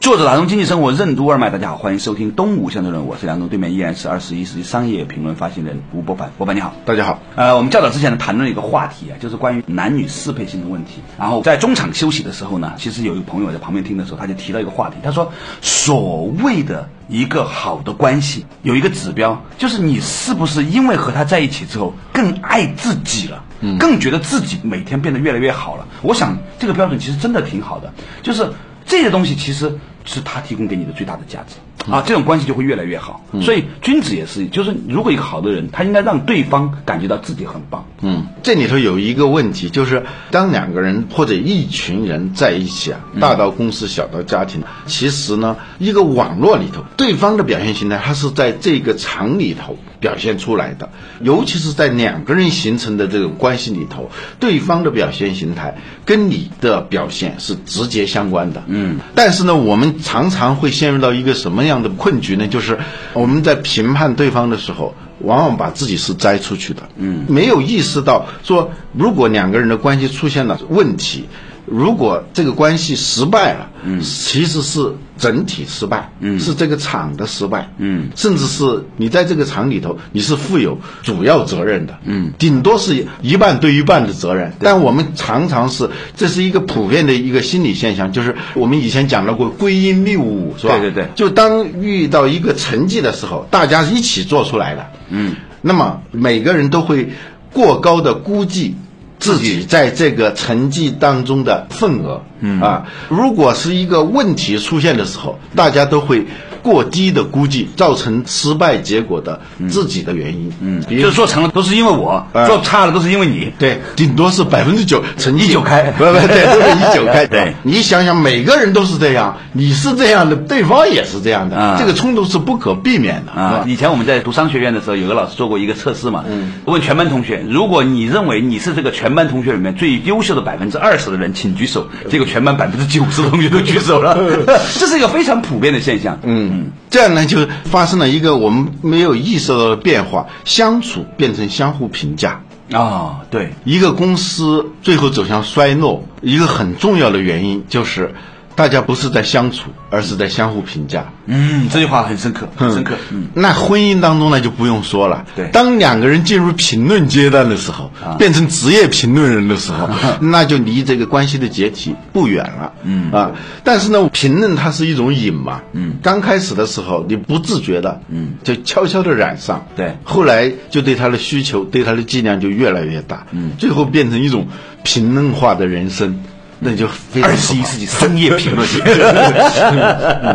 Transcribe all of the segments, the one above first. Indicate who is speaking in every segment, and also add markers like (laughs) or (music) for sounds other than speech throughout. Speaker 1: 作者打通经济生活任督二脉，大家好，欢迎收听《东吴相对论》，我是梁东，对面依然是二十一世纪商业评论发行人吴伯凡，伯凡你好。
Speaker 2: 大家好，
Speaker 1: 呃，我们较早之前呢谈论了一个话题啊，就是关于男女适配性的问题。然后在中场休息的时候呢，其实有一个朋友在旁边听的时候，他就提到一个话题，他说所谓的一个好的关系有一个指标，就是你是不是因为和他在一起之后更爱自己了。更觉得自己每天变得越来越好了。我想这个标准其实真的挺好的，就是这些东西其实是他提供给你的最大的价值。
Speaker 2: 嗯
Speaker 1: 啊，这种关系就会越来越好。所以君子也是，就是如果一个好的人，他应该让对方感觉到自己很棒。
Speaker 2: 嗯，这里头有一个问题，就是当两个人或者一群人在一起啊，大到公司，小到家庭，其实呢，一个网络里头，对方的表现形态，它是在这个场里头表现出来的，尤其是在两个人形成的这种关系里头，对方的表现形态跟你的表现是直接相关的。嗯，但是呢，我们常常会陷入到一个什么样的困局呢？就是我们在评判对方的时候。往往把自己是摘出去的，嗯，没有意识到说，如果两个人的关系出现了问题，如果这个关系失败了，嗯，其实是整体失败，嗯，是这个厂的失败，嗯，甚至是你在这个厂里头你是负有主要责任的，嗯，顶多是一半对一半的责任，但我们常常是这是一个普遍的一个心理现象，就是我们以前讲到过归因谬误，是吧？
Speaker 1: 对对对
Speaker 2: 就当遇到一个成绩的时候，大家一起做出来的，嗯，那么每个人都会过高的估计自己在这个成绩当中的份额，嗯啊，如果是一个问题出现的时候，大家都会过低的估计造成失败结果的自己的原因，嗯，比
Speaker 1: 就
Speaker 2: 如
Speaker 1: 是。做成了都是因为我，
Speaker 2: 哎
Speaker 1: 做差了都是因为你。
Speaker 2: 对，顶多是百分之九，成绩
Speaker 1: 19开
Speaker 2: 不不 (laughs) 对，都是一九开。
Speaker 1: 对
Speaker 2: 你想想，每个人都是这样，你是这样的，对方也是这样的，
Speaker 1: 啊
Speaker 2: 这个冲突是不可避免的是吧
Speaker 1: 啊，以前我们在读商学院的时候，有个老师做过一个测试嘛，
Speaker 2: 嗯
Speaker 1: 问全班同学，如果你认为你是这个全班同学里面最优秀的百分之二十的人，请举手。
Speaker 2: 嗯
Speaker 1: 结果全班百分之九十的同学都举手了， (laughs) 这是一个非常普遍的现象。
Speaker 2: 嗯，这样呢就发生了一个我们没有意识到的变化，相处变成相互评价。
Speaker 1: 啊、对，
Speaker 2: 一个公司最后走向衰落，一个很重要的原因就是，大家不是在相处，而是在相互评价。
Speaker 1: 嗯，这句话很深刻，很深刻。嗯，
Speaker 2: 那婚姻当中呢就不用说了。
Speaker 1: 对啊
Speaker 2: 当两个人进入评论阶段的时候，变成职业评论人的时候， (laughs) 那就离这个关系的解体不远了。嗯啊，但是呢，评论它是一种瘾嘛。嗯，刚开始的时候你不自觉的，嗯，就悄悄的染上。
Speaker 1: 对
Speaker 2: 后来就对他的需求、对他的剂量就越来越大。嗯，最后变成一种评论化的人生，那就非常
Speaker 1: 二
Speaker 2: 可
Speaker 1: 十
Speaker 2: 怕
Speaker 1: 一世纪商业评论。 (laughs)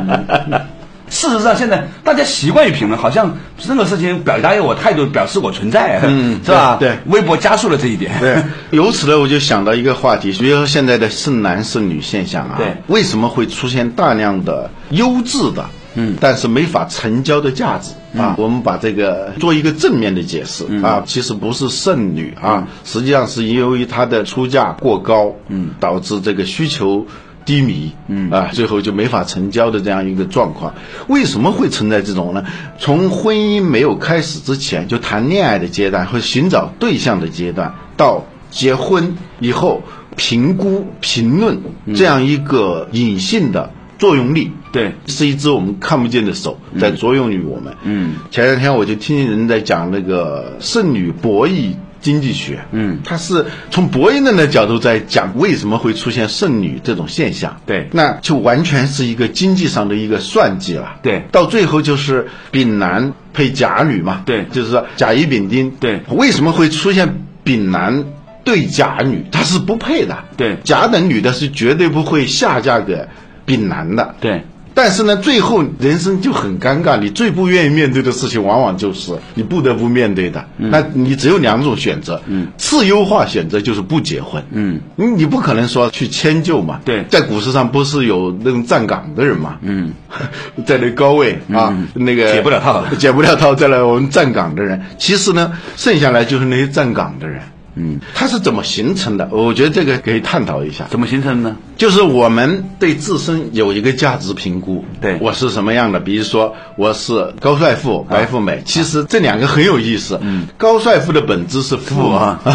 Speaker 1: 事实上，现在大家习惯于评论，好像任何事情表达我态度，表示我存在，
Speaker 2: 嗯
Speaker 1: (laughs) 是吧？
Speaker 2: 对对
Speaker 1: 微博加速了这一点。
Speaker 2: 对， (laughs) 由此呢，我就想到一个话题，比如说现在的剩男剩女现象啊，
Speaker 1: 对
Speaker 2: 为什么会出现大量的优质的，嗯，但是没法成交的价值？啊，我们把这个做一个正面的解释、啊，其实不是剩女啊，实际上是由于她的出价过高，嗯，导致这个需求低迷，嗯啊，最后就没法成交的这样一个状况。为什么会存在这种呢？从婚姻没有开始之前，就谈恋爱的阶段或寻找对象的阶段，到结婚以后评估、评论这样一个隐性的作用力。
Speaker 1: 嗯对嗯
Speaker 2: 是一只我们看不见的手在作用于我们。嗯，前两天我就听人在讲那个剩女博弈经济学。嗯，它是从博弈论的角度在讲为什么会出现剩女这种现象。
Speaker 1: 对
Speaker 2: 那就完全是一个经济上的一个算计了。
Speaker 1: 对
Speaker 2: 到最后就是丙男配甲女嘛。
Speaker 1: 对
Speaker 2: 就是说甲乙丙丁。
Speaker 1: 对
Speaker 2: 为什么会出现丙男？对甲女，它是不配的。
Speaker 1: 对
Speaker 2: 甲等女的是绝对不会下嫁给丙男的。
Speaker 1: 对
Speaker 2: 但是呢，最后人生就很尴尬，你最不愿意面对的事情，往往就是你不得不面对的。那你只有两种选择，次优化选择就是不结婚，嗯，你不可能说去迁就嘛，
Speaker 1: 对
Speaker 2: 在股市上不是有那种站岗的人嘛，嗯， (laughs) 在那高位啊，那个
Speaker 1: 解不了套了
Speaker 2: 解不了套，再来我们站岗的人，其实呢，剩下来就是那些站岗的人。嗯，他是怎么形成的？我觉得这个可以探讨一下。
Speaker 1: 怎么形成的呢？
Speaker 2: 就是我们对自身有一个价值评估，
Speaker 1: 对啊
Speaker 2: 我是什么样的？比如说我是高帅富、白富美，其实这两个很有意思。嗯，高帅富的本质是富啊， (laughs)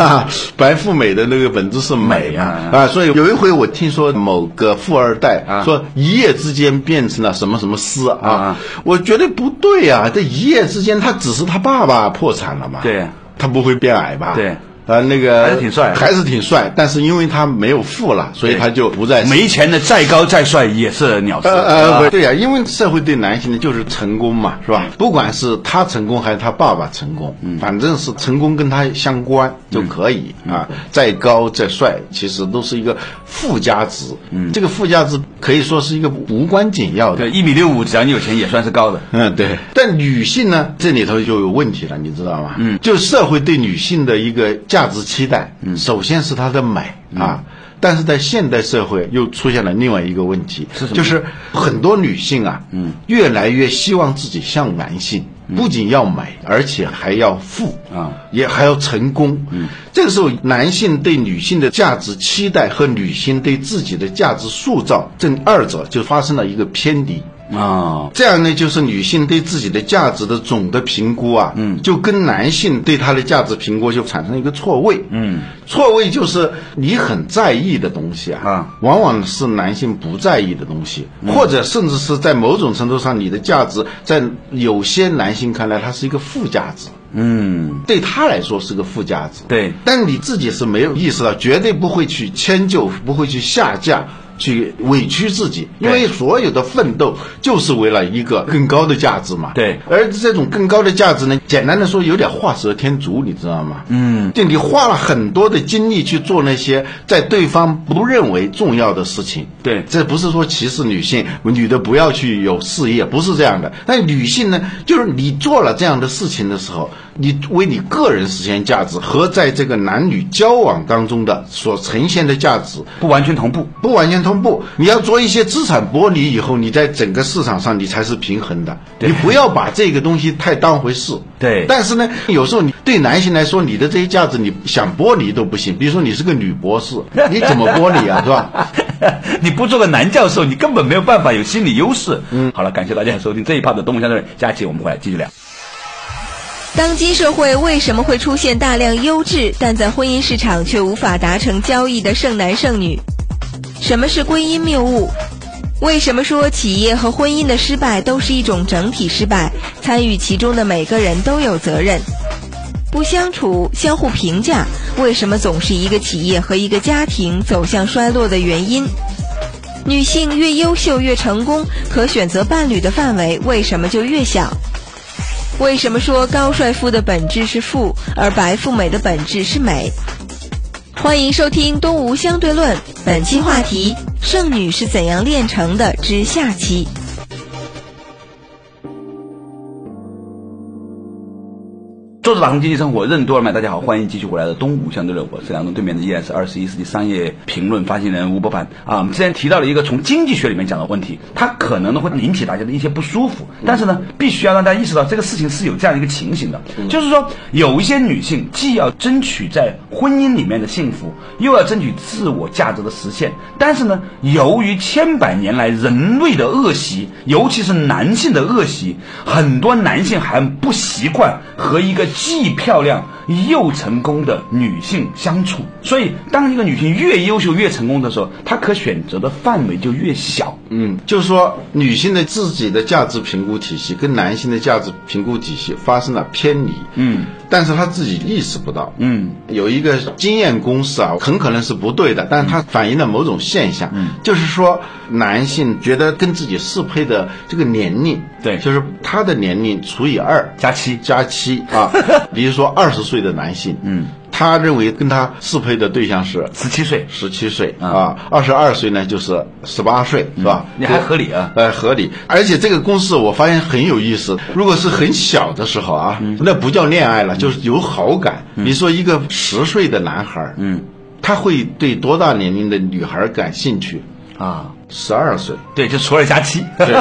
Speaker 2: 白富美的那个本质是美
Speaker 1: 美
Speaker 2: 嘛
Speaker 1: 啊
Speaker 2: 啊。所以有一回我听说某个富二代说一夜之间变成了什么什么师啊
Speaker 1: 啊，
Speaker 2: 我觉得不对啊，这一夜之间他只是他爸爸破产了嘛，
Speaker 1: 对，
Speaker 2: 他不会变矮吧？
Speaker 1: 对。
Speaker 2: 呃，那个
Speaker 1: 还是挺帅
Speaker 2: 还是挺帅，但是因为他没有富了，所以
Speaker 1: 对
Speaker 2: 他就不再
Speaker 1: 没钱的再高再帅也是鸟事。
Speaker 2: 呃
Speaker 1: 啊嗯
Speaker 2: 呃，不对呀、因为社会对男性的就是成功嘛，是吧？不管是他成功还是他爸爸成功，反正是成功跟他相关就可以、
Speaker 1: 嗯
Speaker 2: 啊。再高再帅，其实都是一个附加值。嗯，这个附加值可以说是一个无关紧要的
Speaker 1: 对，。一米六五，只要你有钱也算是高的。
Speaker 2: (laughs) 嗯，对。但女性呢，这里头就有问题了，你知道吗？嗯，就社会对女性的一个价值期待，嗯，首先是她的美啊。但是在现代社会又出现了另外一个问题，
Speaker 1: 是什么
Speaker 2: 就是很多女性啊，嗯，越来越希望自己像男性，不仅要美，而且还要富
Speaker 1: 啊
Speaker 2: 也还要成功。嗯，这个时候男性对女性的价值期待和女性对自己的价值塑造，这二者就发生了一个偏离。
Speaker 1: 哦，
Speaker 2: 这样呢，就是女性对自己的价值的总的评估啊，嗯，就跟男性对她的价值评估就产生一个错位，嗯，错位就是你很在意的东西啊，嗯
Speaker 1: 啊
Speaker 2: 往往是男性不在意的东西，或者甚至是在某种程度上，你的价值在有些男性看来，它是一个附加值，
Speaker 1: 嗯，
Speaker 2: 对他来说是个附加值。
Speaker 1: 对
Speaker 2: 但你自己是没有意识到，绝对不会去迁就，不会去下架。去委屈自己，因为
Speaker 1: 对
Speaker 2: 所有的奋斗就是为了一个更高的价值嘛。
Speaker 1: 对
Speaker 2: 而这种更高的价值呢，简单的说，有点画蛇添足，你知道吗？嗯，就你花了很多的精力去做那些在对方不认为重要的事情。
Speaker 1: 对
Speaker 2: 这不是说歧视女性，女的不要去有事业，不是这样的。但女性呢，就是你做了这样的事情的时候，你为你个人实现价值和在这个男女交往当中的所呈现的价值
Speaker 1: 不完全同步。 (laughs)
Speaker 2: 不完全同步。你要做一些资产剥离以后，你在整个市场上你才是平衡的。你不要把这个东西太当回事。
Speaker 1: 对
Speaker 2: 但是呢，有时候你对男性来说，你的这些价值你想剥离都不行。比如说你是个女博士，你怎么剥离啊，是吧？
Speaker 1: 你不做个男教授，你根本没有办法有心理优势。嗯，好了，感谢大家收听这一趴的《动物相对论》，下期我们回来继续聊。
Speaker 3: 当今社会为什么会出现大量优质但在婚姻市场却无法达成交易的剩男剩女？什么是归因谬误？为什么说企业和婚姻的失败都是一种整体失败？参与其中的每个人都有责任。不相处、相互评价，为什么总是一个企业和一个家庭走向衰落的原因？女性越优秀越成功，可选择伴侣的范围为什么就越小？为什么说高帅富的本质是富，而白富美的本质是美？欢迎收听《东吴相对论》，本期话题：剩女是怎样炼成的之下期。
Speaker 1: 坐着打通经济生活，任督二脉。大家好，欢迎继续回来的东吴相对论，我是梁东，对面的依然是二十一世纪商业评论发行人吴伯凡啊。我们之前提到了一个从经济学里面讲的问题，它可能呢会引起大家的一些不舒服，但是呢，必须要让大家意识到这个事情是有这样一个情形的，就是说有一些女性既要争取在婚姻里面的幸福，又要争取自我价值的实现，但是呢，由于千百年来人类的恶习，尤其是男性的恶习，很多男性还不习惯和一个既漂亮又成功的女性相处。所以，当一个女性越优秀越成功的时候，她可选择的范围就越小。
Speaker 2: 嗯，就是说女性的自己的价值评估体系跟男性的价值评估体系发生了偏离，嗯，但是她自己意识不到，
Speaker 1: 嗯，
Speaker 2: 有一个经验公式啊，很可能是不对的，但是它反映了某种现象，嗯，就是说男性觉得跟自己适配的这个年龄，
Speaker 1: 对
Speaker 2: 就是他的年龄除以二
Speaker 1: 加七
Speaker 2: (laughs) 加七啊，比如说二十岁的男性，嗯。他认为跟他适配的对象是
Speaker 1: 十七岁，
Speaker 2: 十七岁
Speaker 1: 嗯
Speaker 2: 啊，二十二岁呢就是十八岁，是吧？
Speaker 1: 你还合理啊？
Speaker 2: 呃，合理。而且这个公式我发现很有意思，如果是很小的时候啊，
Speaker 1: 嗯
Speaker 2: 那不叫恋爱了，就是有好感。你说一个十岁的男孩，
Speaker 1: 嗯，
Speaker 2: 他会对多大年龄的女孩感兴趣？
Speaker 1: 啊，
Speaker 2: 十二岁。
Speaker 1: 对，就除二加七，
Speaker 2: 对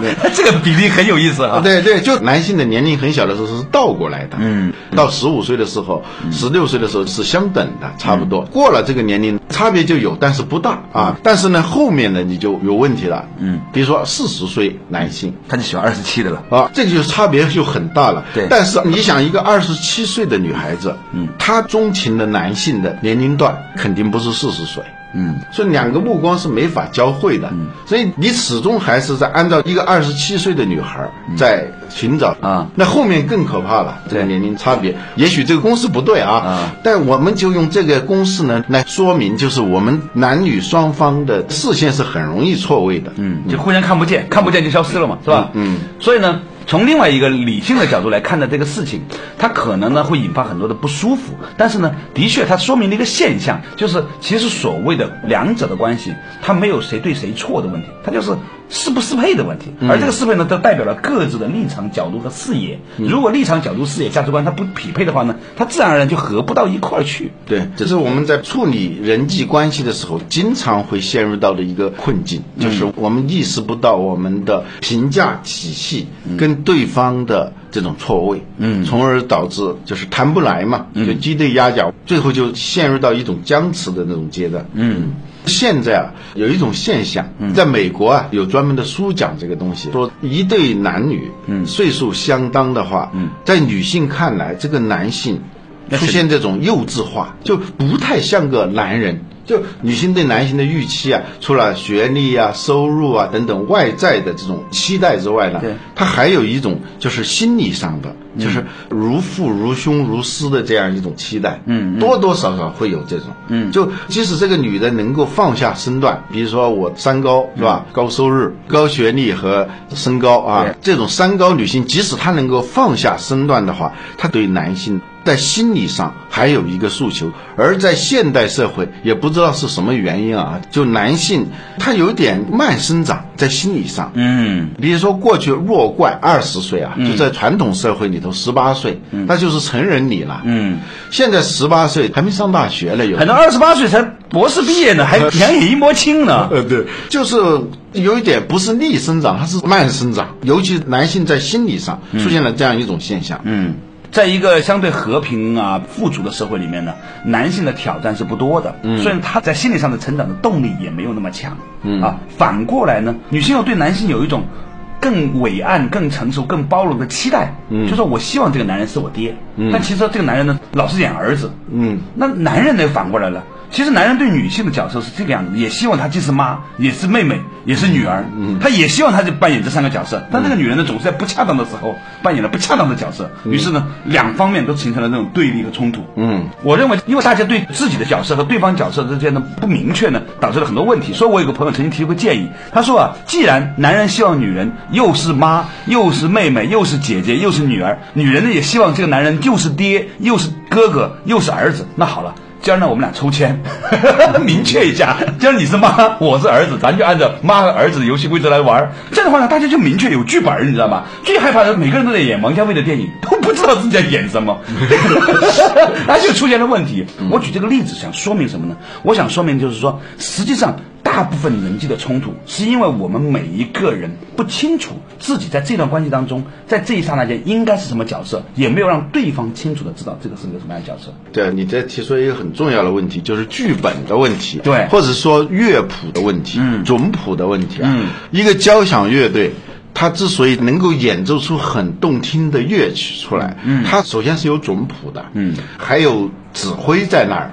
Speaker 2: 对对
Speaker 1: (laughs) 这个比例很有意思啊。
Speaker 2: 对对，就男性的年龄很小的时候是倒过来的，
Speaker 1: 嗯，
Speaker 2: 到十五岁的时候，十六岁的时候是相等
Speaker 1: 嗯
Speaker 2: 的，差不多。过了这个年龄，差别就有，但是不大啊。但是呢，后面呢你就有问题了，
Speaker 1: 嗯，
Speaker 2: 比如说四十岁男性，
Speaker 1: 他就喜欢二十七的了。
Speaker 2: 啊，这个就差别就很大了。
Speaker 1: 对
Speaker 2: 但是你想，一个二十七岁的女孩子，嗯，她钟情的男性的年龄段肯定不是四十岁。
Speaker 1: 嗯，
Speaker 2: 所以两个目光是没法交汇的，所以你始终还是在按照一个二十七岁的女孩儿在寻找
Speaker 1: 嗯啊
Speaker 2: 那后面更可怕了，这个
Speaker 1: 对
Speaker 2: 年龄差别，也许这个公式不对啊，
Speaker 1: 啊
Speaker 2: 但我们就用这个公式呢来说明，就是我们男女双方的视线是很容易错位的。
Speaker 1: 嗯，就互相看不见，看不见就消失了嘛，是吧？
Speaker 2: 嗯嗯
Speaker 1: 所以呢，从另外一个理性的角度来看待这个事情，它可能呢会引发很多的不舒服，但是呢，的确它说明了一个现象，就是其实所谓的两者的关系，它没有谁对谁错的问题，它就是适不适配的问题。而这个适配呢，都代表了各自的立场、角度和视野。如果立场、角度、视野、价值观它不匹配的话呢，它自然而然就合不到一块儿去。
Speaker 2: 对，这是我们在处理人际关系的时候，经常会陷入到的一个困境，就是我们意识不到我们的评价体系跟对方的这种错位，嗯，从而导致就是谈不来嘛，就鸡对鸭讲，最后就陷入到一种僵持的那种阶段，嗯。现在啊，有一种现象，在美国啊有专门的书讲这个东西，说一对男女，嗯，岁数相当的话，嗯，在女性看来，这个男性出现这种幼稚化，就不太像个男人。就女性对男性的预期啊，除了学历啊、收入啊等等外在的这种期待之外呢
Speaker 1: 对，
Speaker 2: 它还有一种就是心理上的，就是如父如兄如师的这样一种期待。嗯，多多少少会有这种。嗯，就即使这个女的能够放下身段，比如说我三高是吧？高收入、高学历和身高啊
Speaker 1: 对，
Speaker 2: 这种三高女性，即使她能够放下身段的话，她对男性在心理上还有一个诉求，而在现代社会，也不知道是什么原因啊，就男性他有点慢生长在心理上。
Speaker 1: 嗯，
Speaker 2: 比如说，过去弱冠二十岁啊，就在传统社会里头，十八岁，那就是成人礼了。
Speaker 1: 嗯，
Speaker 2: 现在十八岁还没上大学了，有
Speaker 1: 很多二十八岁才博士毕业呢，还两眼一摸清呢。
Speaker 2: 呃，对，就是有一点不是逆生长，它是慢生长，尤其男性在心理上出现了这样一种现象。
Speaker 1: 嗯，在一个相对和平啊、富足的社会里面呢，男性的挑战是不多的，嗯，所以他在心理上的成长的动力也没有那么强，嗯啊，反过来呢，女性又对男性有一种更伟岸、更成熟、更包容的期待，嗯，就说我希望这个男人是我爹，嗯，但其实这个男人呢，老是演儿子，
Speaker 2: 嗯，
Speaker 1: 那男人呢反过来了。其实男人对女性的角色是这个样子，也希望她既是妈，也是妹妹，也是女儿。嗯，他也希望她就扮演这三个角色，但这个女人呢，总是在不恰当的时候扮演了不恰当的角色，于是呢，两方面都形成了那种对立和冲突。
Speaker 2: 嗯，
Speaker 1: 我认为，因为大家对自己的角色和对方角色之间的不明确呢，导致了很多问题。所以我有个朋友曾经提过建议，他说啊，既然男人希望女人又是妈，又是妹妹，又是姐姐，又是女儿，女人呢也希望这个男人又是爹，又是哥哥，又是儿子，那好了。今儿呢，我们俩抽签， (laughs) 明确一下，今儿你是妈，我是儿子，咱就按照妈和儿子的游戏规则来玩儿。这样的话呢，大家就明确有剧本儿，你知道吗？最害怕的，每个人都在演王家卫的电影，都不知道自己在演什么， (laughs) 那就出现了问题。我举这个例子想说明什么呢？我想说明就是说，实际上大部分人际的冲突，是因为我们每一个人不清楚自己在这段关系当中，在这一刹那间应该是什么角色，也没有让对方清楚的知道这个是个什么样的角色。
Speaker 2: 对，你这提出了一个很重要的问题，就是剧本的问题，
Speaker 1: 对
Speaker 2: 或者说乐谱的问题，
Speaker 1: 嗯
Speaker 2: 准谱的问题啊。
Speaker 1: 嗯，
Speaker 2: 一个交响乐队，它之所以能够演奏出很动听的乐曲出来，嗯，它首先是有准谱的，
Speaker 1: 嗯，
Speaker 2: 还有指挥在那儿，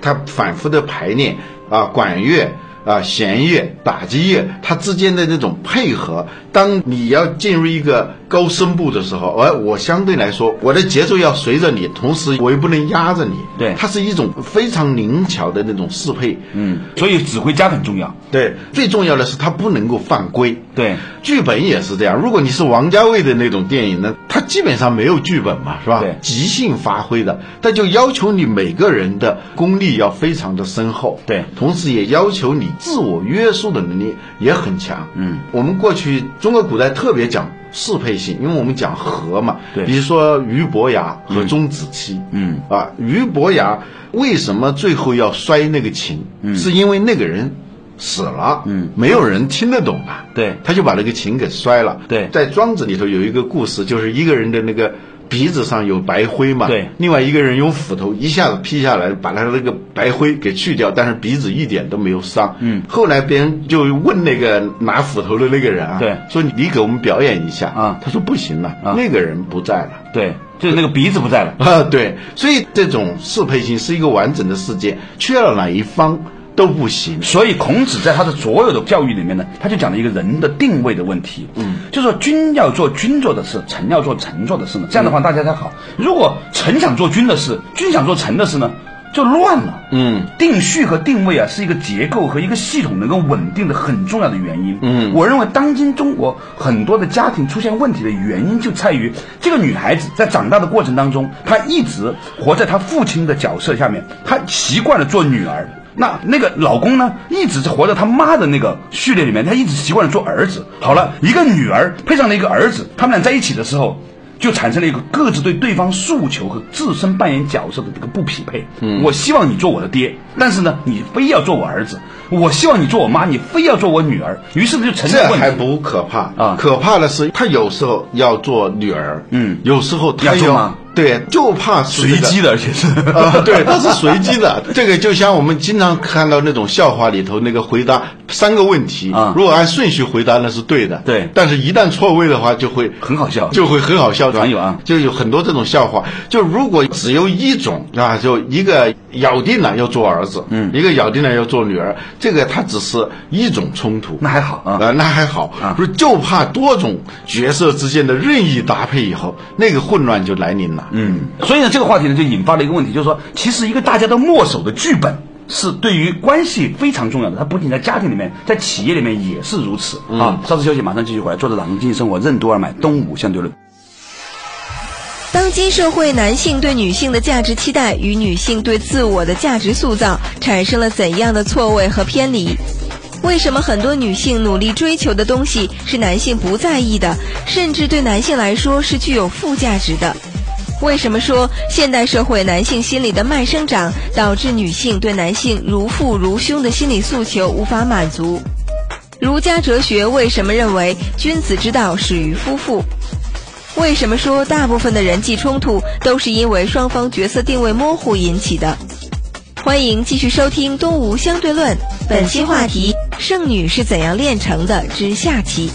Speaker 2: 它反复的排练啊，管乐。啊弦乐、打击乐，它之间的那种配合。当你要进入一个高声部的时候，而我相对来说，我的节奏要随着你，同时我又不能压着你。
Speaker 1: 对
Speaker 2: 它是一种非常灵巧的那种适配。
Speaker 1: 嗯，所以指挥家很重要。
Speaker 2: 对，最重要的是它不能够犯规。
Speaker 1: 对，
Speaker 2: 剧本也是这样。如果你是王家卫的那种电影呢，它基本上没有剧本嘛，是吧？
Speaker 1: 对
Speaker 2: 即兴发挥的，但就要求你每个人的功力要非常的深厚。
Speaker 1: 对
Speaker 2: 同时也要求你自我约束的能力也很强。
Speaker 1: 嗯，
Speaker 2: 我们过去中国古代特别讲。适配性，因为我们讲和嘛，
Speaker 1: 对
Speaker 2: 比如说俞伯牙和钟子期，
Speaker 1: 嗯
Speaker 2: 啊，俞伯牙为什么最后要摔那个琴？嗯，是因为那个人死了，
Speaker 1: 嗯
Speaker 2: 没有人听得懂啊，
Speaker 1: 对
Speaker 2: 他就把那个琴给摔了。
Speaker 1: 对
Speaker 2: 在庄子里头有一个故事，就是一个人的那个鼻子上有白灰嘛，
Speaker 1: 对
Speaker 2: 另外一个人用斧头一下子劈下来，把他那个白灰给去掉，但是鼻子一点都没有伤。
Speaker 1: 嗯
Speaker 2: 后来别人就问那个拿斧头的那个人啊，
Speaker 1: 对
Speaker 2: 说你给我们表演一下
Speaker 1: 啊
Speaker 2: 他说不行了，
Speaker 1: 啊
Speaker 2: 那个人不在了。
Speaker 1: 对，就是那个鼻子不在了。
Speaker 2: 啊， (laughs) 对，所以这种适配性是一个完整的世界，缺了哪一方都不行。
Speaker 1: 所以孔子在他的所有的教育里面呢，他就讲了一个人的定位的问题。嗯，就说君要做君做的事，臣要做臣做的事呢。这样
Speaker 2: 嗯
Speaker 1: 的话大家才好。如果臣想做君的事，君想做臣的事呢，就乱了。
Speaker 2: 嗯，
Speaker 1: 定序和定位啊，是一个结构和一个系统能够稳定的很重要的原因。
Speaker 2: 嗯
Speaker 1: 我认为当今中国很多的家庭出现问题的原因就在于这个女孩子在长大的过程当中，她一直活在她父亲的角色下面，她习惯了做女儿。那那个老公呢，一直是活在他妈的那个序列里面，他一直习惯了做儿子。好了，一个女儿配上了一个儿子，他们俩在一起的时候，就产生了一个各自对对方诉求和自身扮演角色的这个不匹配。嗯，我希望你做我的爹，但是呢，你非要做我儿子；我希望你做我妈，你非要做我女儿。于是呢，就成
Speaker 2: 这
Speaker 1: 了问
Speaker 2: 还
Speaker 1: 题。
Speaker 2: 不可怕
Speaker 1: 啊
Speaker 2: 可怕的是他有时候要做女儿，
Speaker 1: 嗯
Speaker 2: 有时候他
Speaker 1: 要做
Speaker 2: 要
Speaker 1: 吗
Speaker 2: 对，就怕是这个
Speaker 1: 的，而且
Speaker 2: (laughs)
Speaker 1: 是 (laughs)
Speaker 2: 啊，对，它是随机的。这个就像我们经常看到那种笑话里头那个回答三个问题
Speaker 1: 啊
Speaker 2: 如果按顺序回答那是对的，
Speaker 1: 对
Speaker 2: 但是一旦错位的话就会
Speaker 1: 很好笑
Speaker 2: 就会很好笑。
Speaker 1: 网友啊
Speaker 2: 就有很多这种笑话。就如果只有一种啊，就一个咬定了要做儿子，嗯，一个咬定了要做女儿，这个它只是一种冲突，
Speaker 1: 那还好啊
Speaker 2: 呃，那还好
Speaker 1: 啊
Speaker 2: 不是就怕多种角色之间的任意搭配以后，那个混乱就来临了。嗯。
Speaker 1: 所以呢，这个话题呢就引发了一个问题，就是说，其实一个大家都墨守的剧本。是对于关系非常重要的，它不仅在家庭里面，在企业里面也是如此、啊。稍事休息，马上继续回来。坐着打通经济生活，任督二脉，东吴相对论。
Speaker 3: 当今社会，男性对女性的价值期待与女性对自我的价值塑造产生了怎样的错位和偏离？为什么很多女性努力追求的东西是男性不在意的，甚至对男性来说是具有负价值的？为什么说现代社会男性心理的慢生长导致女性对男性如父如兄的心理诉求无法满足？儒家哲学为什么认为君子之道始于夫妇？为什么说大部分的人际冲突都是因为双方角色定位模糊引起的？欢迎继续收听《东吴相对论》，本期话题：剩女是怎样炼成的之下期。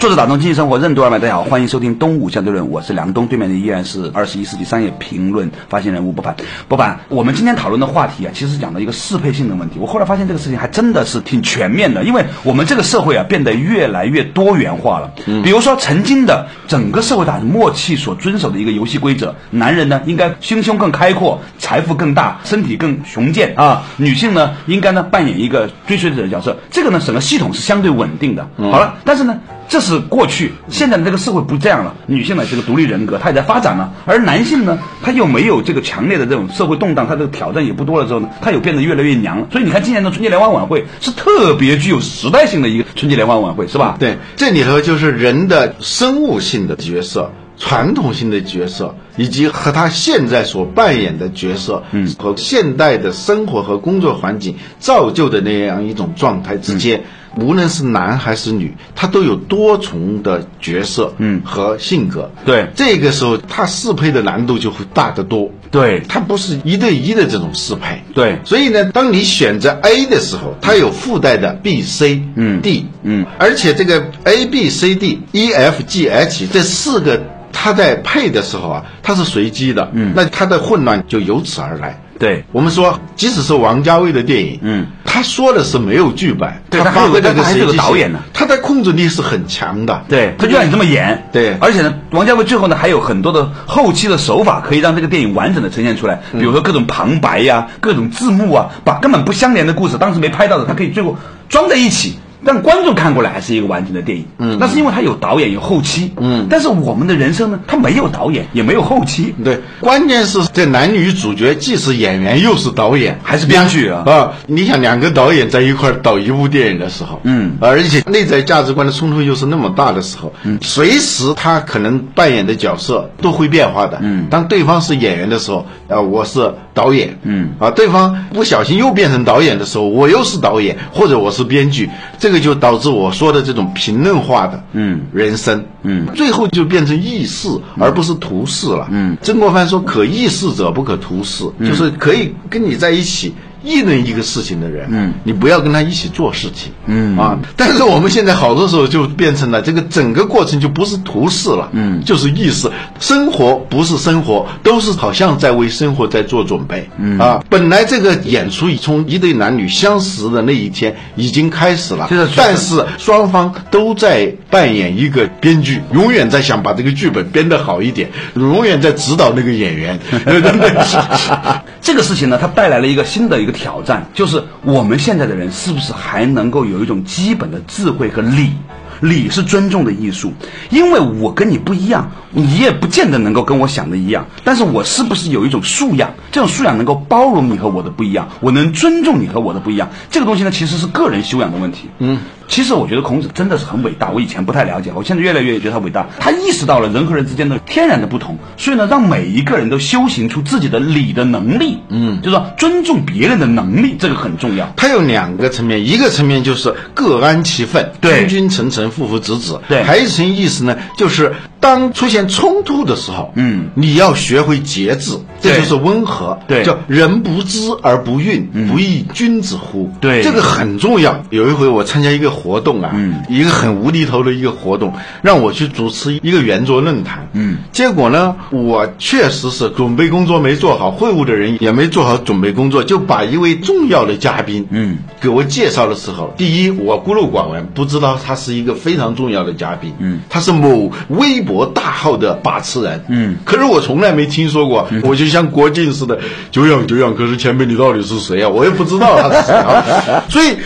Speaker 1: 作者打通经济生活，任督二脉，大家好，欢迎收听《东吴相对论》，我是梁东，对面的依然是二十一世纪商业评论发现人吴伯凡。伯凡，我们今天讨论的话题啊，其实讲到一个适配性的问题。我后来发现这个事情还真的是挺全面的，因为我们这个社会啊变得越来越多元化了。比如说曾经的整个社会大众默契所遵守的一个游戏规则，男人呢应该心胸更开阔，财富更大，身体更雄健啊，女性呢应该呢扮演一个追随者的角色。这个呢整个系统是相对稳定的。好了，但是呢。这是过去，现在的这个社会不这样了。女性呢是个独立人格，她也在发展了，而男性呢，他又没有这个强烈的这种社会动荡，他这个挑战也不多了之后呢，他又变得越来越娘了。所以你看今年的春节联欢晚会是特别具有时代性的一个春节联欢晚会，是吧？
Speaker 2: 对，这里头就是人的生物性的角色、传统性的角色，以及和他现在所扮演的角色，嗯，和现代的生活和工作环境造就的那样一种状态之间。
Speaker 1: 嗯
Speaker 2: 无论是男还是女，他都有多重的角色，
Speaker 1: 嗯
Speaker 2: 和性格。
Speaker 1: 对
Speaker 2: 这个时候他适配的难度就会大得多。
Speaker 1: 对
Speaker 2: 它不是一对一的这种适配。
Speaker 1: 对
Speaker 2: 所以呢，当你选择 A 的时候，它有附带的 B、C、
Speaker 1: 嗯
Speaker 2: D，
Speaker 1: 嗯，
Speaker 2: E 而且这个 A、B、C、D、E、F、G、H 这四个。它在配的时候啊，它是随机的，
Speaker 1: 嗯
Speaker 2: 那它的混乱就由此而来。
Speaker 1: 对
Speaker 2: 我们说，即使是王家卫的电影，
Speaker 1: 嗯，
Speaker 2: 他说的是没有剧本，
Speaker 1: 对
Speaker 2: 他
Speaker 1: 他
Speaker 2: 发挥
Speaker 1: 还
Speaker 2: 的
Speaker 1: 有他还是
Speaker 2: 随
Speaker 1: 个
Speaker 2: 机
Speaker 1: 导
Speaker 2: 性
Speaker 1: 演呢
Speaker 2: 他的控制力是很强的。
Speaker 1: 对，他就让你这么演。
Speaker 2: 对
Speaker 1: 而且呢，王家卫最后呢还有很多的后期的手法可以让这个电影完整的呈现出来，比如说各种旁白呀、各种字幕啊，把根本不相连的故事，当时没拍到的，他可以最后装在一起。让观众看过来还是一个完整的电影，嗯，那是因为他有导演有后期，嗯，但是我们的人生呢，他没有导演也没有后期，
Speaker 2: 对，关键是这男女主角既是演员又是导演，
Speaker 1: 还是编剧啊
Speaker 2: 啊、你想两个导演在一块儿导一部电影的时候，啊
Speaker 1: 嗯
Speaker 2: 而且内在价值观的冲突又是那么大的时候，嗯，随时他可能扮演的角色都会变化的，
Speaker 1: 嗯
Speaker 2: 当对方是演员的时候，啊、我是导演，
Speaker 1: 嗯
Speaker 2: 啊，对方不小心又变成导演的时候，我又是导演或者我是编剧，这个就导致我说的这种评论化的，
Speaker 1: 嗯
Speaker 2: 人生，
Speaker 1: 嗯
Speaker 2: 最后就变成意事而不是图事了，
Speaker 1: 嗯
Speaker 2: 曾国藩说：“可议事者不可图事，就是可以跟你在一起议论一个事情的人，啊
Speaker 1: 嗯
Speaker 2: 你不要跟他一起做事情，
Speaker 1: 嗯
Speaker 2: 啊。但是我们现在好多时候就变成了这个整个过程就不是图事了，
Speaker 1: 嗯
Speaker 2: 就是意事。生活不是生活，都是好像在为生活在做准备，嗯啊。本来这个演出已从一对男女相识的那一天已经开始了，
Speaker 1: 这个是
Speaker 2: 但是双方都在扮演一个编剧，永远在想把这个剧本编得好一点，永远在指导那个演员。 (laughs) 对对对
Speaker 1: 这个事情呢，它带来了一个新的一个挑战，就是我们现在的人是不是还能够有一种基本的智慧和礼？礼是尊重的艺术，因为我跟你不一样，你也不见得能够跟我想的一样，但是我是不是有一种素养？这种素养能够包容你和我的不一样，我能尊重你和我的不一样。这个东西呢，其实是个人修养的问题。嗯，其实我觉得孔子真的是很伟大，我以前不太了解，我现在越来越觉得他伟大。他意识到了人和人之间的天然的不同，所以呢，让每一个人都修行出自己的理的能力。嗯，就是说尊重别人的能力，这个很重要。
Speaker 2: 它有两个层面，一个层面就是各安其分，
Speaker 1: 对
Speaker 2: 君君臣臣，父父子子。
Speaker 1: 对
Speaker 2: 还有一层意思呢，就是当出现冲突的时候，
Speaker 1: 嗯
Speaker 2: 你要学会节制，这
Speaker 1: 对
Speaker 2: 就是温和。
Speaker 1: 对嗯
Speaker 2: 叫人不知而不愠，不亦君子乎？
Speaker 1: 对
Speaker 2: 这个很重要。有一回我参加一个活动啊，
Speaker 1: 嗯
Speaker 2: 一个很无厘头的一个活动，让我去主持一个圆桌论坛。
Speaker 1: 嗯，
Speaker 2: 结果呢，我确实是准备工作没做好，会务的人也没做好准备工作，就把一位重要的嘉宾，
Speaker 1: 嗯，
Speaker 2: 给我介绍的时候，第一，我孤陋寡闻，不知道他是一个非常重要的嘉宾，嗯，他是某微博大号的把持人，
Speaker 1: 嗯，
Speaker 2: 可是我从来没听说过，我就像郭靖似的，久仰久仰，可是前辈你到底是谁啊？我也不知道他是谁
Speaker 1: (laughs)
Speaker 2: 啊，所以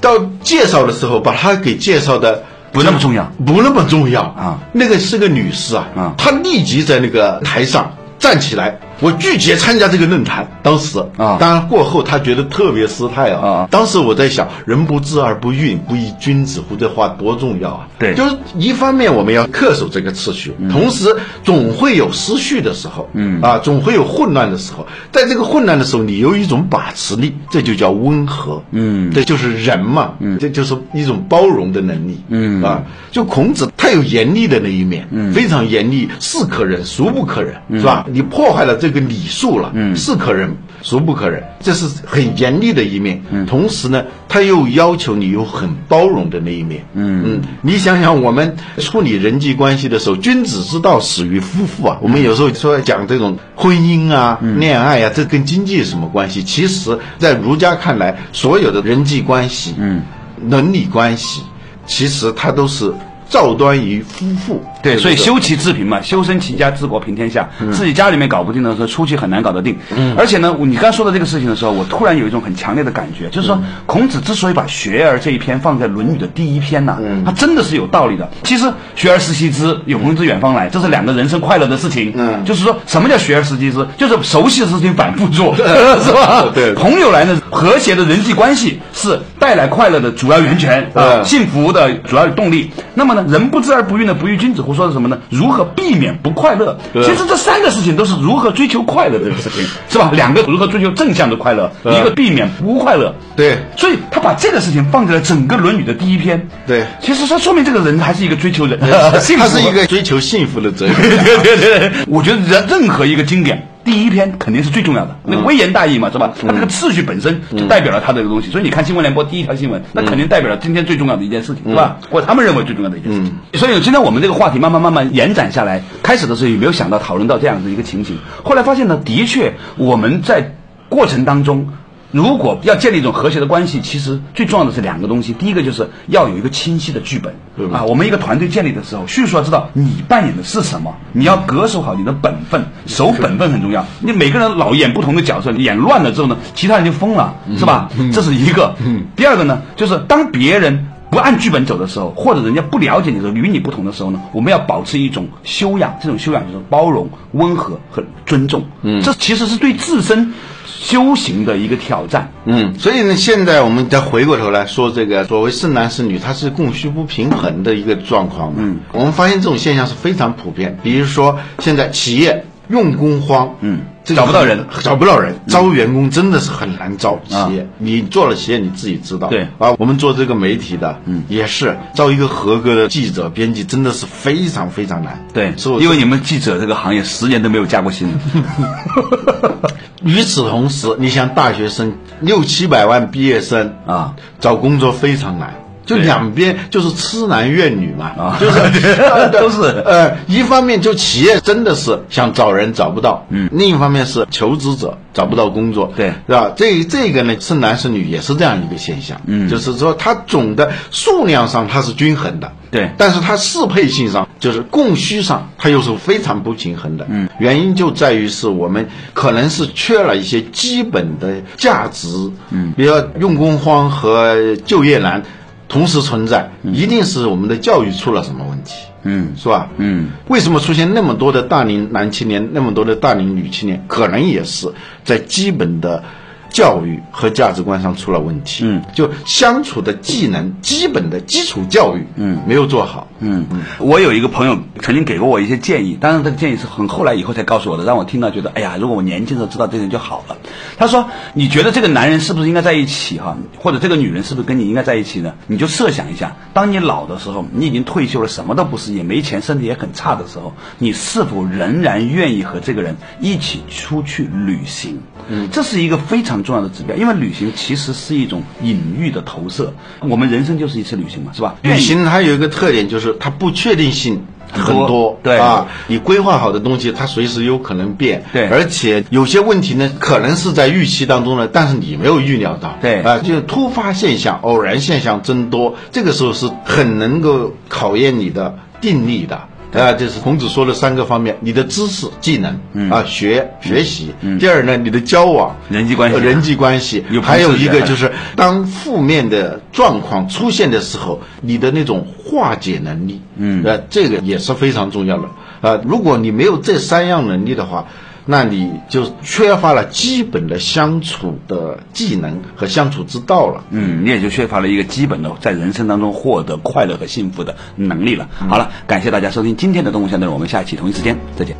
Speaker 2: 到介绍的时候，把他给介绍的。
Speaker 1: 不那么重要，
Speaker 2: 不那么重要
Speaker 1: 啊
Speaker 2: 那个是个女士啊，
Speaker 1: 啊
Speaker 2: 她立即在那个台上站起来，我拒绝参加这个论坛。当时
Speaker 1: 啊
Speaker 2: 当然过后她觉得特别失态啊。
Speaker 1: 啊
Speaker 2: 当时我在想，人不知而不愠，不亦君子乎？这话多重要啊！
Speaker 1: 对
Speaker 2: 就是一方面我们要恪守这个次序，同时总会有失序的时候，嗯啊，总会有混乱的时候。在这个混乱的时候，你有一种把持力，这就叫温和，嗯，这就是人嘛，嗯，这就是一种包容的能力，嗯啊，就孔子他有严厉的那一面，嗯，非常严厉，是可忍，孰不可忍，是吧？你破坏了这个礼数了，嗯，是可忍，孰不可忍，这是很严厉的一面，嗯，同时呢，他又要求你有很包容的那一面，嗯嗯，你想想，我们处理人际关系的时候，君子之道始于夫妇
Speaker 1: 嗯
Speaker 2: 啊。我们有时候说讲这种婚姻啊、恋爱啊，这跟经济有什么关系？其实，在儒家看来，所有的人际关系，嗯，伦理关系，其实它都是照端于夫妇。
Speaker 1: 对，嗯
Speaker 2: 不
Speaker 1: 所以修其自平嘛，修身齐家治国平天下。自己家里面搞不定的时候，出去很难搞得定。而且呢，你刚刚说到这个事情的时候，我突然有一种很强烈的感觉，就是说，孔子之所以把《学而》这一篇放在《论语》的第一篇呐、他真的是有道理的。其实，“学而时习之，有朋自远方来”，这是两个人生快乐的事情。
Speaker 2: 嗯
Speaker 1: 就是说什么叫“学而时习之”，就是熟悉的事情反复 (laughs) 做，是吧？
Speaker 2: 对
Speaker 1: 朋友来呢，和谐的人际关系是带来快乐的主要源泉啊，
Speaker 2: 嗯
Speaker 1: 幸福的主要动力。那么呢，人不知而不愠呢，不亦君子乎？说的什么呢？如何避免不快乐？
Speaker 2: 对
Speaker 1: 其实这三个事情都是如何追求快乐这个事情，是吧？两个如何追求正向的快乐，
Speaker 2: 嗯
Speaker 1: 一个避免不快乐。
Speaker 2: 对
Speaker 1: 所以他把这个事情放在了整个《论语》的第一篇。
Speaker 2: 对
Speaker 1: 其实说说明这个人还是一个
Speaker 2: (laughs)
Speaker 1: 追求人幸福
Speaker 2: 它
Speaker 1: 的，
Speaker 2: 是一个追求幸福的哲学。
Speaker 1: (laughs) 对对对，我觉得任任何一个经典，第一篇肯定是最重要的，那个微言大义嘛，是吧？它这个次序本身就代表了它这个东西，所以你看新闻联播第一条新闻，那肯定代表了今天最重要的一件事情，是吧？或者他们认为最重要的一件事情。所以今天我们这个话题慢慢慢慢延展下来，开始的时候也没有想到讨论到这样的一个情形，后来发现呢，的确我们在过程当中。如果要建立一种和谐的关系，其实最重要的是两个东西。第一个就是要有一个清晰的剧本啊。我们一个团队建立的时候，迅速要知道你扮演的是什么，你要恪守好你的本分，守本分很重要。你每个人老演不同的角色，演乱了之后呢，其他人就疯了，是吧？这是一个。第二个呢，就是当别人。不按剧本走的时候，或者人家不了解你的时候，与你不同的时候呢，我们要保持一种修养，这种修养就是包容、温和和尊重。嗯，这其实是对自身修行的一个挑战。
Speaker 2: 嗯，所以呢，现在我们再回过头来说这个所谓是男是女，它是供需不平衡的一个状况嘛。嗯，我们发现这种现象是非常普遍。比如说，现在企业用工荒，嗯，
Speaker 1: 找不到人，嗯啊
Speaker 2: 找不到人，招员工真的是很难招。企业，你做了企业，你自己知道。
Speaker 1: 对
Speaker 2: 啊，我们做这个媒体的，嗯，也是招一个合格的记者、编辑，真的是非常非常难。
Speaker 1: 对，
Speaker 2: 是
Speaker 1: 因为你们记者这个行业十年都没有加过薪， (laughs)
Speaker 2: 与此同时，你像大学生六七百万毕业生
Speaker 1: 啊，
Speaker 2: 找工作非常难。就
Speaker 1: 对
Speaker 2: 两边就是痴男怨女嘛，
Speaker 1: 啊
Speaker 2: 就是
Speaker 1: (laughs) 都是
Speaker 2: (laughs) 呃，一方面就企业真的是想找人找不到，嗯，另一方面是求职者找不到工作，
Speaker 1: 对
Speaker 2: 是吧？这这个呢是男是女也是这样一个现象，嗯，就是说它总的数量上它是均衡的，
Speaker 1: 对
Speaker 2: 但是它适配性上，就是供需上，它又是非常不平衡的。嗯，原因就在于是我们可能是缺了一些基本的价值。嗯，比如说用工荒和就业难同时存在，一定是我们的教育出了什么问题。
Speaker 1: 嗯
Speaker 2: 是吧？
Speaker 1: 嗯，
Speaker 2: 为什么出现那么多的大龄男青年，那么多的大龄女青年？可能也是在基本的教育和价值观上出了问题。
Speaker 1: 嗯，
Speaker 2: 就相处的技能、基本的基础教育，嗯，没有做好。
Speaker 1: 嗯，我有一个朋友曾经给过我一些建议，当然这个建议是很后来以后才告诉我的，让我听到觉得，哎呀，如果我年轻的时候知道这点就好了。他说，你觉得这个男人是不是应该在一起哈、或者这个女人是不是跟你应该在一起呢？你就设想一下，当你老的时候，你已经退休了，什么都不是，也没钱，身体也很差的时候，你是否仍然愿意和这个人一起出去旅行？嗯，这是一个非常重要的指标，因为旅行其实是一种隐喻的投射，我们人生就是一次旅行嘛，是吧？
Speaker 2: 旅行它有一个特点，就是它不确定性很
Speaker 1: 多
Speaker 2: 多，
Speaker 1: 对
Speaker 2: 啊，你规划好的东西，它随时有可能变，
Speaker 1: 对
Speaker 2: 而且有些问题呢，可能是在预期当中呢，但是你没有预料到，
Speaker 1: 对
Speaker 2: 啊，就是突发现象、偶然现象增多，这个时候是很能够考验你的定力的。啊，这是孔子说的三个方面：你的知识、技能，啊，学学习；第二呢，你的交往、
Speaker 1: 嗯人际关系
Speaker 2: 呃人际关系
Speaker 1: 有，
Speaker 2: 还有
Speaker 1: 朋
Speaker 2: 一
Speaker 1: 友
Speaker 2: 个
Speaker 1: 的
Speaker 2: 就是。就是当负面的状况出现的时候，你的那种化解能力，嗯，呃，这个也是非常重要的。呃，如果你没有这三样能力的话，那你就缺乏了基本的相处的技能和相处之道了。
Speaker 1: 嗯，你也就缺乏了一个基本的在人生当中获得快乐和幸福的能力了。好了，感谢大家收听今天的《动物相对论》，我们下期同一时间再见。